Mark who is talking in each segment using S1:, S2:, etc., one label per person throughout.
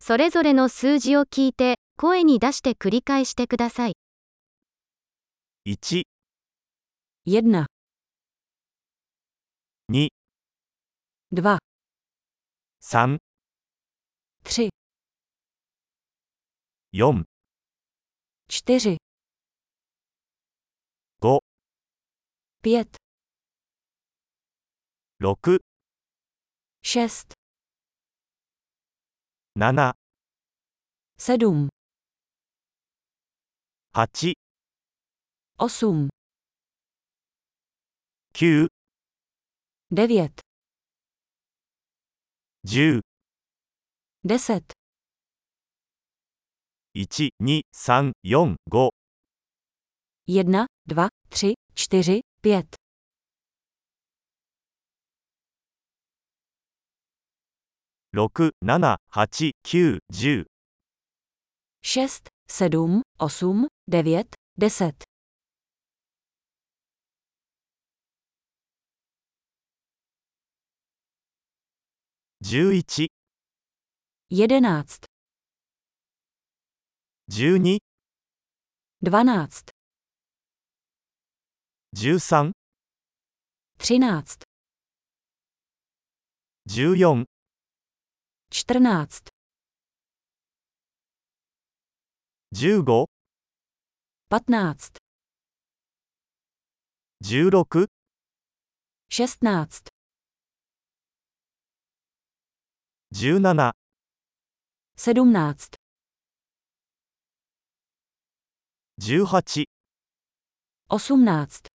S1: それぞれの数字を聞いて、声に出して繰り返してください。
S2: 1、
S3: Jedna,
S2: 2、
S3: dva,
S2: 3、
S3: tři,
S2: 4、
S3: čtyři,
S2: Go.
S3: pět,
S2: 6、
S3: šest,
S2: 7、
S3: sedm,
S2: 8、
S3: osm,
S2: 9、
S3: devět,
S2: 10、
S3: deset,
S2: 1、2、3、4、5、
S3: jedna, dva, tři, čtyři, pět,
S2: 6、7、8、9、10、
S3: šest, sedm, osm, devět, deset,
S2: 11、
S3: jedenáct,
S2: 12、
S3: dvanáct,
S2: 13、
S3: třináct,
S2: 14、
S3: čtrnáct,
S2: 15、
S3: patnáct,
S2: 16、
S3: šestnáct,
S2: 17、
S3: sedmnáct,
S2: 18、
S3: osmnáct,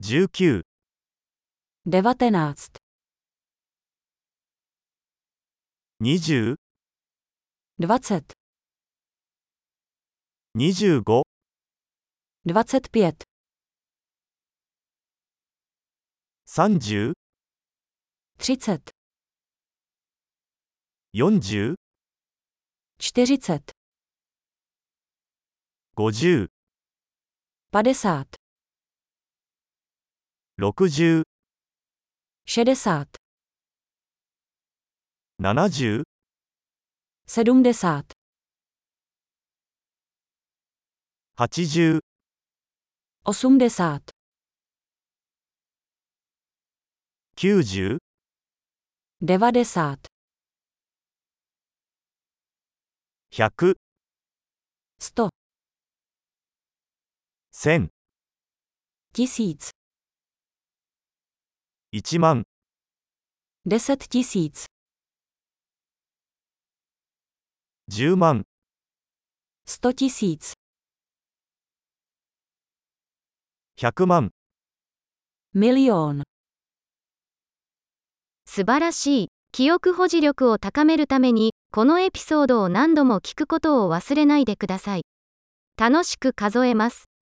S2: 19、
S3: devatenáct,
S2: 20、
S3: dvacet,
S2: 25、
S3: dvacet pět,
S2: 30、
S3: třicet,
S2: 40、
S3: čtyřicet,
S2: 50、
S3: padesát,
S2: 60、
S3: šedesát,
S2: 70、
S3: sedmdesát,
S2: 80、
S3: osmdesát,
S2: 90、
S3: devadesát,
S2: 100、
S3: sto,
S2: 1000、
S3: tisíc,
S2: 1万、
S3: deset tisíc,
S2: 10万、
S3: sto tisíc,
S2: 100万、
S3: milion.
S1: 素晴らしい。記憶保持力を高めるために、このエピソードを何度も聞くことを忘れないでください。楽しく数えます。